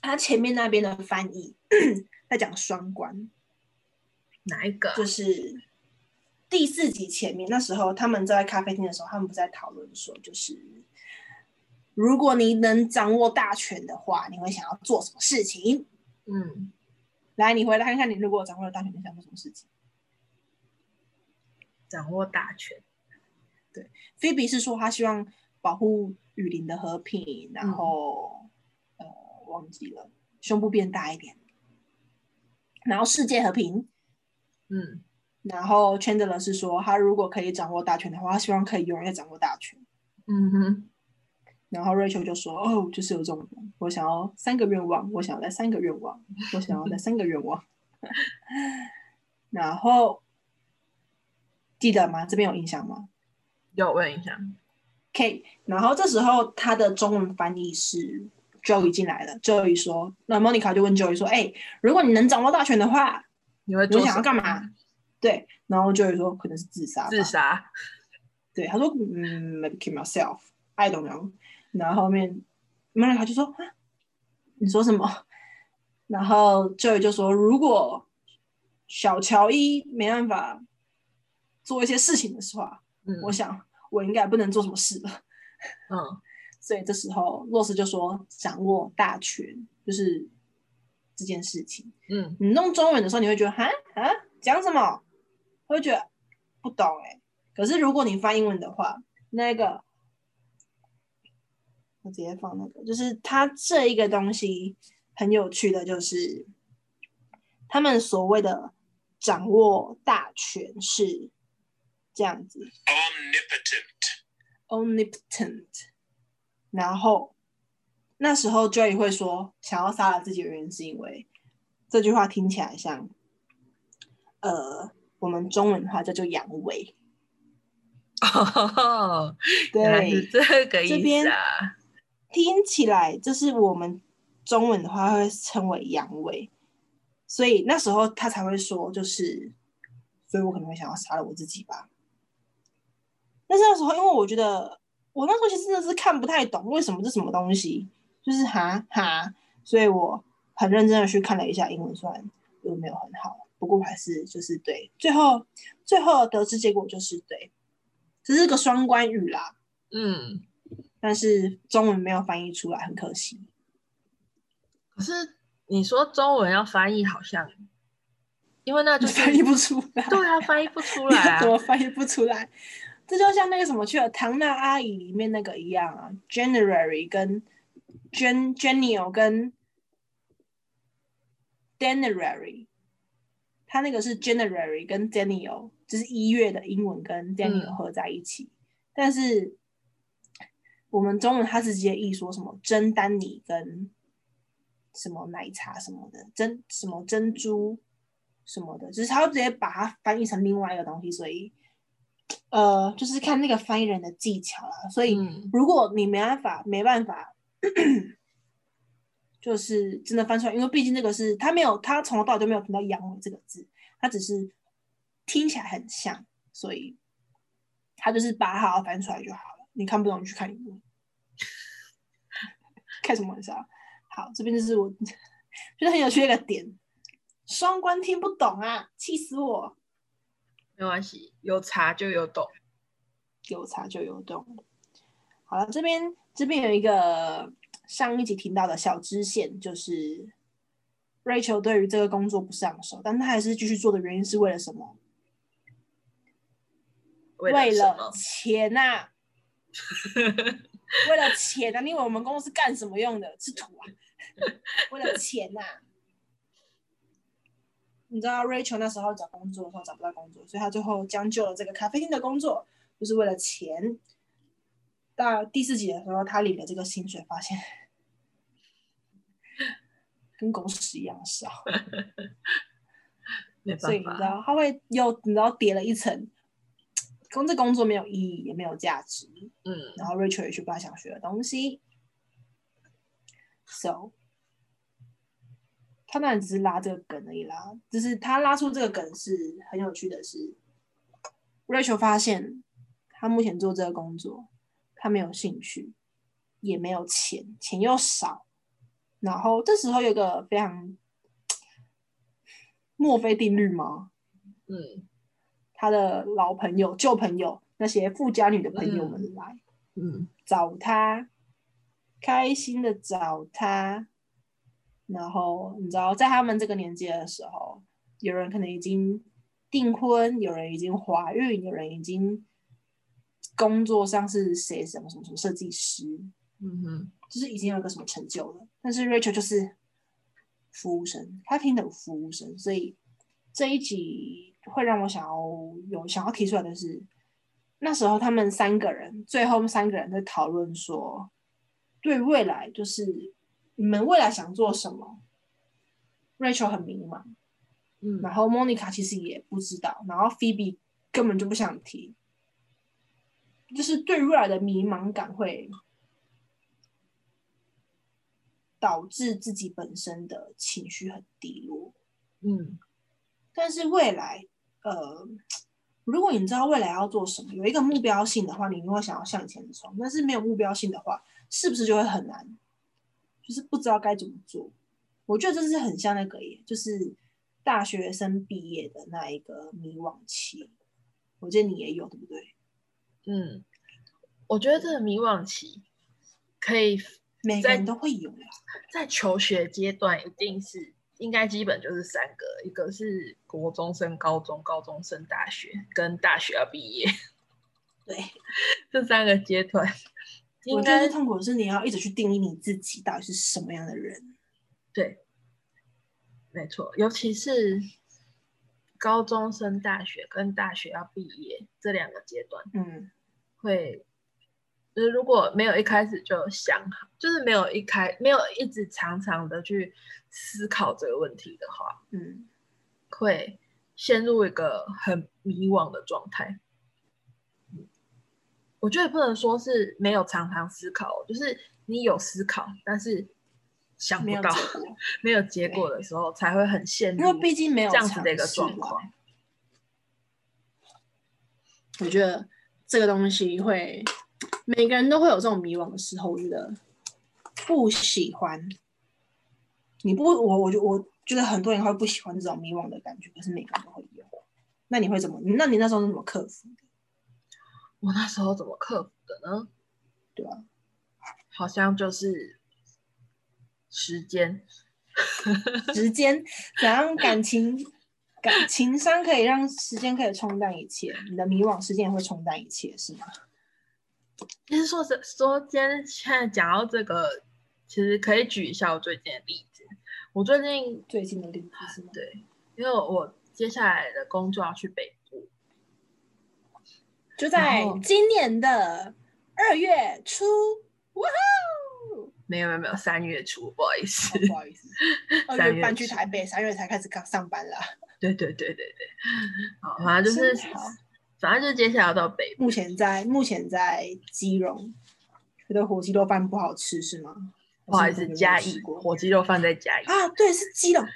B: 他前面那边的翻译在讲双关，
A: 哪一个啊？
B: 就是第四集前面那时候他们在咖啡厅的时候，他们不是在讨论说，就是如果你能掌握大权的话，你会想要做什么事情？
A: 嗯，
B: 来，你回来看看，你如果掌握了大权，你想做什么事情？
A: 掌握大权。
B: 菲比是说他希望保护雨林的和平，然后、呃忘记了胸部变大一点，然后世界和平。
A: 嗯，
B: 然后 Chandler 是说他如果可以掌握大权的话，他希望可以永远掌握大权。
A: 嗯哼，
B: 然后 Rachel 就说：“哦，就是有这种人，我想要三个愿望，我想要再三个愿望，我想要再三个愿望。” 然后记得吗？这边有印象吗？
A: 要问一下。
B: K，然后这时候他的中文翻译是 Joey 进来了，Joey 说，那 Monica 就问 Joey 说，哎、如果你能掌握大权的话，
A: 你会
B: 你
A: 做
B: 会想
A: 什么
B: 要干嘛？对，然后 Joey 说可能是自杀吧，
A: 自杀。
B: 对，他说嗯，maybe kill myself，I don't know。然后后面 Monica 就说啊，你说什么？然后 Joey 就说，如果小乔伊没办法做一些事情的话，
A: 嗯，
B: 我想我应该不能做什么事了。
A: 嗯
B: 所以这时候洛斯就说：“掌握大权就是这件事情。
A: 嗯，
B: 你弄中文的时候，你会觉得哈啊讲什么，会觉得不懂哎、可是如果你翻英文的话，那个我直接放那个，就是它这一个东西很有趣的，就是他们所谓的掌握大权是这样子，
C: omnipotent,
B: omnipotent。然后那时候 Joy 会说，想要杀了自己的原因是因为这句话听起来像，呃，我们中文的话叫做阳痿。
A: 哦，原来是
B: 对，
A: 这个
B: 这
A: 意
B: 边
A: 思啊。
B: 听起来就是我们中文的话会称为阳痿，所以那时候他才会说，就是，所以我可能会想要杀了我自己吧。但是那时候，因为我觉得我那时候其实真的是看不太懂为什么这什么东西，就是哈哈，所以我很认真的去看了一下英文，虽然又没有很好，不过我还是就是对。最后最后得知结果就是对，只是个双关语啦。
A: 嗯，
B: 但是中文没有翻译出来，很可惜。
A: 可是你说中文要翻译，好像因为那 就
B: 就是翻译不出来，
A: 对啊，翻译不出来
B: 你
A: 啊
B: 怎。么翻译不出来？这就像那个什么去了《唐娜阿姨》里面那个一样啊，January 跟 Jen Jenio 跟 January，它那个是 January 跟 Daniel，就是一月的英文跟 Daniel
A: 嗯
B: 合在一起，但是我们中文它是直接译说什么真丹尼跟什么奶茶什么的，珍什么珍珠什么的，就是它直接把它翻译成另外一个东西，所以呃，就是看那个翻译人的技巧啦。所以
A: 嗯
B: 如果你没办法， 没办法。就是真的翻出来，因为毕竟这个是他没有，他从头到尾都没有听到“阳痿”这个字，他只是听起来很像，所以他就是把它好好翻出来就好了。你看不懂，你去看英 文。开什么玩笑？好，这边就是我 觉得很有趣的一个点，双关听不懂啊，气死我！
A: 没关系，有查就有懂。
B: 有查就有懂。好了，这边这边有一个上一集听到的小支线，就是 Rachel 对于这个工作不上手，但她还是继续做的原因是为了什么？
A: 为
B: 为
A: 什
B: 了
A: 么？
B: 钱啊呐、为了钱啊呐、你以为我们公司干什么用的？吃土啊！ 为了钱呐、你知道 Rachel 那时候找工作的时候找不到工作，所以她最后将就了这个咖啡厅的工作，就是为了钱。到第四集的时候，她领了这个薪水，发现跟狗屎一样少。
A: 没
B: 所以你
A: 办
B: 知
A: 法，
B: 道它会又你知道叠了一层，工这工作没有意义，也没有价值。
A: 嗯，
B: 然后 Rachel 也学不到想学的东西，so 他当然只是拉这个梗而已啦。就是他拉出这个梗是很有趣的是，Rachel 发现他目前做这个工作，他没有兴趣，也没有钱，钱又少。然后这时候有一个非常墨菲定律吗？
A: 嗯
B: 他的老朋友、旧朋友、那些富家女的朋友们来、
A: 嗯
B: 找他，开心的找他。然后你知道，在他们这个年纪的时候，有人可能已经订婚，有人已经怀孕，有人已经工作上是谁什么什么什么设计师，
A: 嗯哼，
B: 就是已经有一个什么成就了。但是 Rachel 就是服务生，他听的服务生，所以这一集会让我想要有想要提出来的是，那时候他们三个人，最后三个人在讨论说，对未来就是你们未来想做什么。Rachel 很迷茫，
A: 嗯
B: 然后 Monica 其实也不知道，然后 Phoebe 根本就不想提，就是对未来的迷茫感会导致自己本身的情绪很低落。
A: 嗯
B: 但是未来，呃，如果你知道未来要做什么，有一个目标性的话，你一定会想要向前冲。但是没有目标性的话，是不是就会很难？就是不知道该怎么做。我觉得这是很像那个耶，就是大学生毕业的那一个迷惘期。我记得你也有，对不对？
A: 嗯，我觉得这个迷惘期可以
B: 每个
A: 在
B: 人都会有呀。
A: 在求学阶段一定是应该基本就是三个，一个是国中升高中，高中升大学，跟大学要毕业
B: 对，
A: 这三个阶段，应
B: 我觉得
A: 该
B: 最痛苦的是你要一直去定义你自己到底是什么样的人。
A: 对，没错，尤其是高中升大学跟大学要毕业这两个阶段，
B: 嗯，
A: 会，就是如果没有一开始就想好，就是没有一开没有一直常常的去思考这个问题的话，
B: 嗯，
A: 会陷入一个很迷惘的状态。我觉得也不能说是没有常常思考，哦就是你有思考，但是想不
B: 没有结
A: 到
B: 果，
A: 没有结果的时候，才会很陷入
B: 因为毕竟没有
A: 这样子的一个
B: 尝试
A: 状
B: 过
A: 况。
B: 我觉得这个东西会，每个人都会有这种迷惘的时候。我觉得不喜欢，你不，我我就我觉得很多人会不喜欢这种迷惘的感觉，可是每个人都会有。那你会怎么？那你那时候是怎么克服的？
A: 我那时候怎么克服的呢？
B: 对啊，
A: 好像就是时间，
B: 时间怎样感情感情伤可以让时间可以冲淡一切，你的迷惘时间也会冲淡一切，是吗？
A: 其实说实说，今天现在讲到这个，其实可以举一下我最近的例子。我最近
B: 最近的例子是吗？
A: 对，因为我接下来的工作要去北部，
B: 就在
A: 然后
B: 今年的二月初，哇哦！
A: 没有没有没有，三月初，不好意思
B: 哦。不好意 思，二
A: 三
B: 月
A: 月
B: 搬去
A: 初
B: 台北，三月才开始刚上班啦。
A: 对对对对对，好，反正就是
B: 真好，
A: 反正就是接下来要到北部，
B: 目前在目前在基隆，觉得火鸡肉饭不好吃是吗？
A: 不好意思
B: 还，是你
A: 嘉
B: 没有
A: 义
B: 吃过
A: 火鸡肉饭在嘉义，
B: 啊，对，是基隆。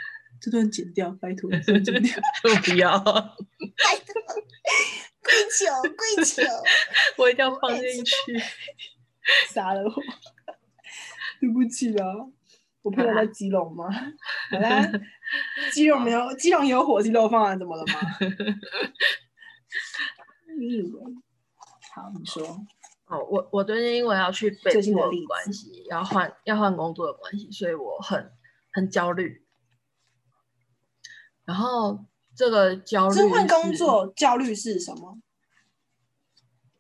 B: 这段剪掉，拜托，这段剪掉。
A: 我不要，
B: 拜托， 跪求跪求，
A: 我一定要放进去。
B: 杀了我！对不起啦，我朋友在基隆吗？ 好啦，基隆没有，基隆也有火鸡肉饭啊，怎么了 吗？你以为？好，你说，
A: 哦，我我最近因为要去北
B: 最近的
A: 部
B: 例子
A: 的关系，要换要换工作的关系，所以我很很焦虑。然后这个焦虑
B: 就是换工
A: 是，
B: 作焦虑是什么？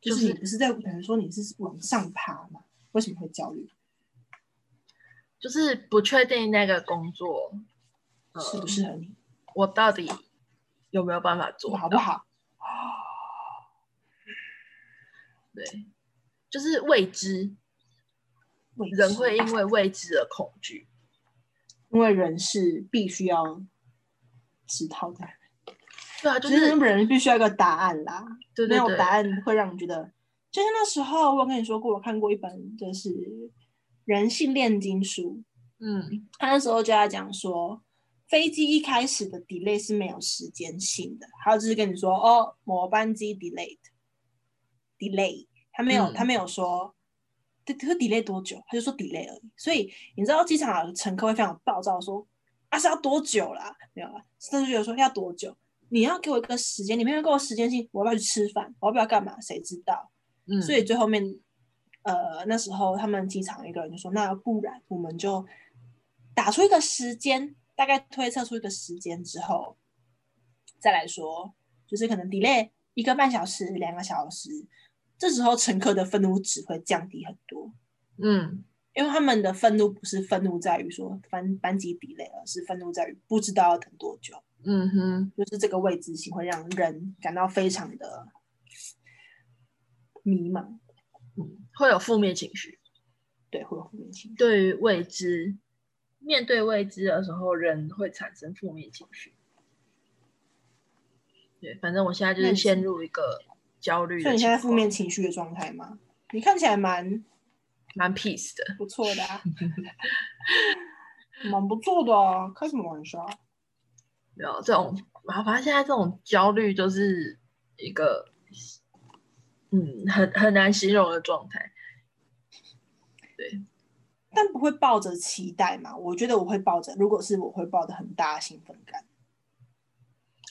B: 就
A: 就是
B: 你
A: 是
B: 不是在可能说你是往上爬嘛？为什么会焦虑？
A: 就是不确定那个工作，呃，
B: 适不适合你？
A: 我到底有没有办法做
B: 做
A: 到？
B: 好不好？
A: 对，就是未知，
B: 未
A: 人
B: 知
A: 会因为未知而恐惧。
B: 因为人是必须要知道的，
A: 对啊，就
B: 就是是人必须要一个答案啦。
A: 对
B: 没
A: 对
B: 有
A: 对，
B: 答案会让你觉得，就像那时候我有跟你说过，我看过一本就是《人性炼金术》，
A: 嗯，
B: 他那时候就在讲说，飞机一开始的 delay 是没有时间性的，还有就是跟你说，哦，某班机 delayed，delay，他没有、
A: 嗯
B: 他没有说。这这会 delay 多久？他就说 delay 而已。所以你知道机场的乘客会非常暴躁说啊是要多久啦？没有啦，甚至有说要多久？你要给我一个时间，你没有给我时间性，我要不要去吃饭？我要不要干嘛？谁知道？
A: 嗯
B: 所以最后面，呃，那时候他们机场一个人就说，那不然我们就打出一个时间，大概推测出一个时间之后，再来说，就是可能 delay 一个半小时、两个小时，这时候乘客的愤怒值会降低很多，
A: 嗯
B: 因为他们的愤怒不是愤怒在于说班班级 delay，而是愤怒在于不知道要等多久。
A: 嗯哼，
B: 就是这个未知性会让人感到非常的迷茫，
A: 会有负面情绪。
B: 对，会有负面情绪。
A: 对于未知，面对未知的时候，人会产生负面情绪。对，反正我现在就
B: 那
A: 是
B: 你是
A: 陷入一个焦虑
B: 所
A: 的
B: 以你现在
A: 情
B: 负
A: 况，
B: 面情绪的状态吗？你看起来蛮
A: 蛮 peace 的。
B: 不错 的啊，蛮不错的啊，开什么玩笑？
A: 然后这种，然后反正现在这种焦虑就是一个，嗯，很很难形容的状态。
B: 但不会抱着期待嘛？我觉得我会抱着，如果是我会抱着很大的兴奋感，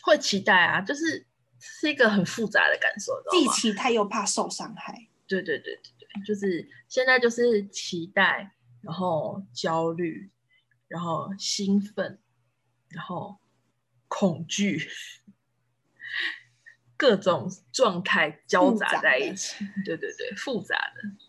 A: 会期待啊，就是是一个很复杂的感受，你
B: 既
A: 知道吗？
B: 期待又怕受伤害。
A: 对对对对对，就是现在就是期待，然后焦虑，然后兴奋，然后恐惧，各种状态交杂在一起。对对对，复杂的。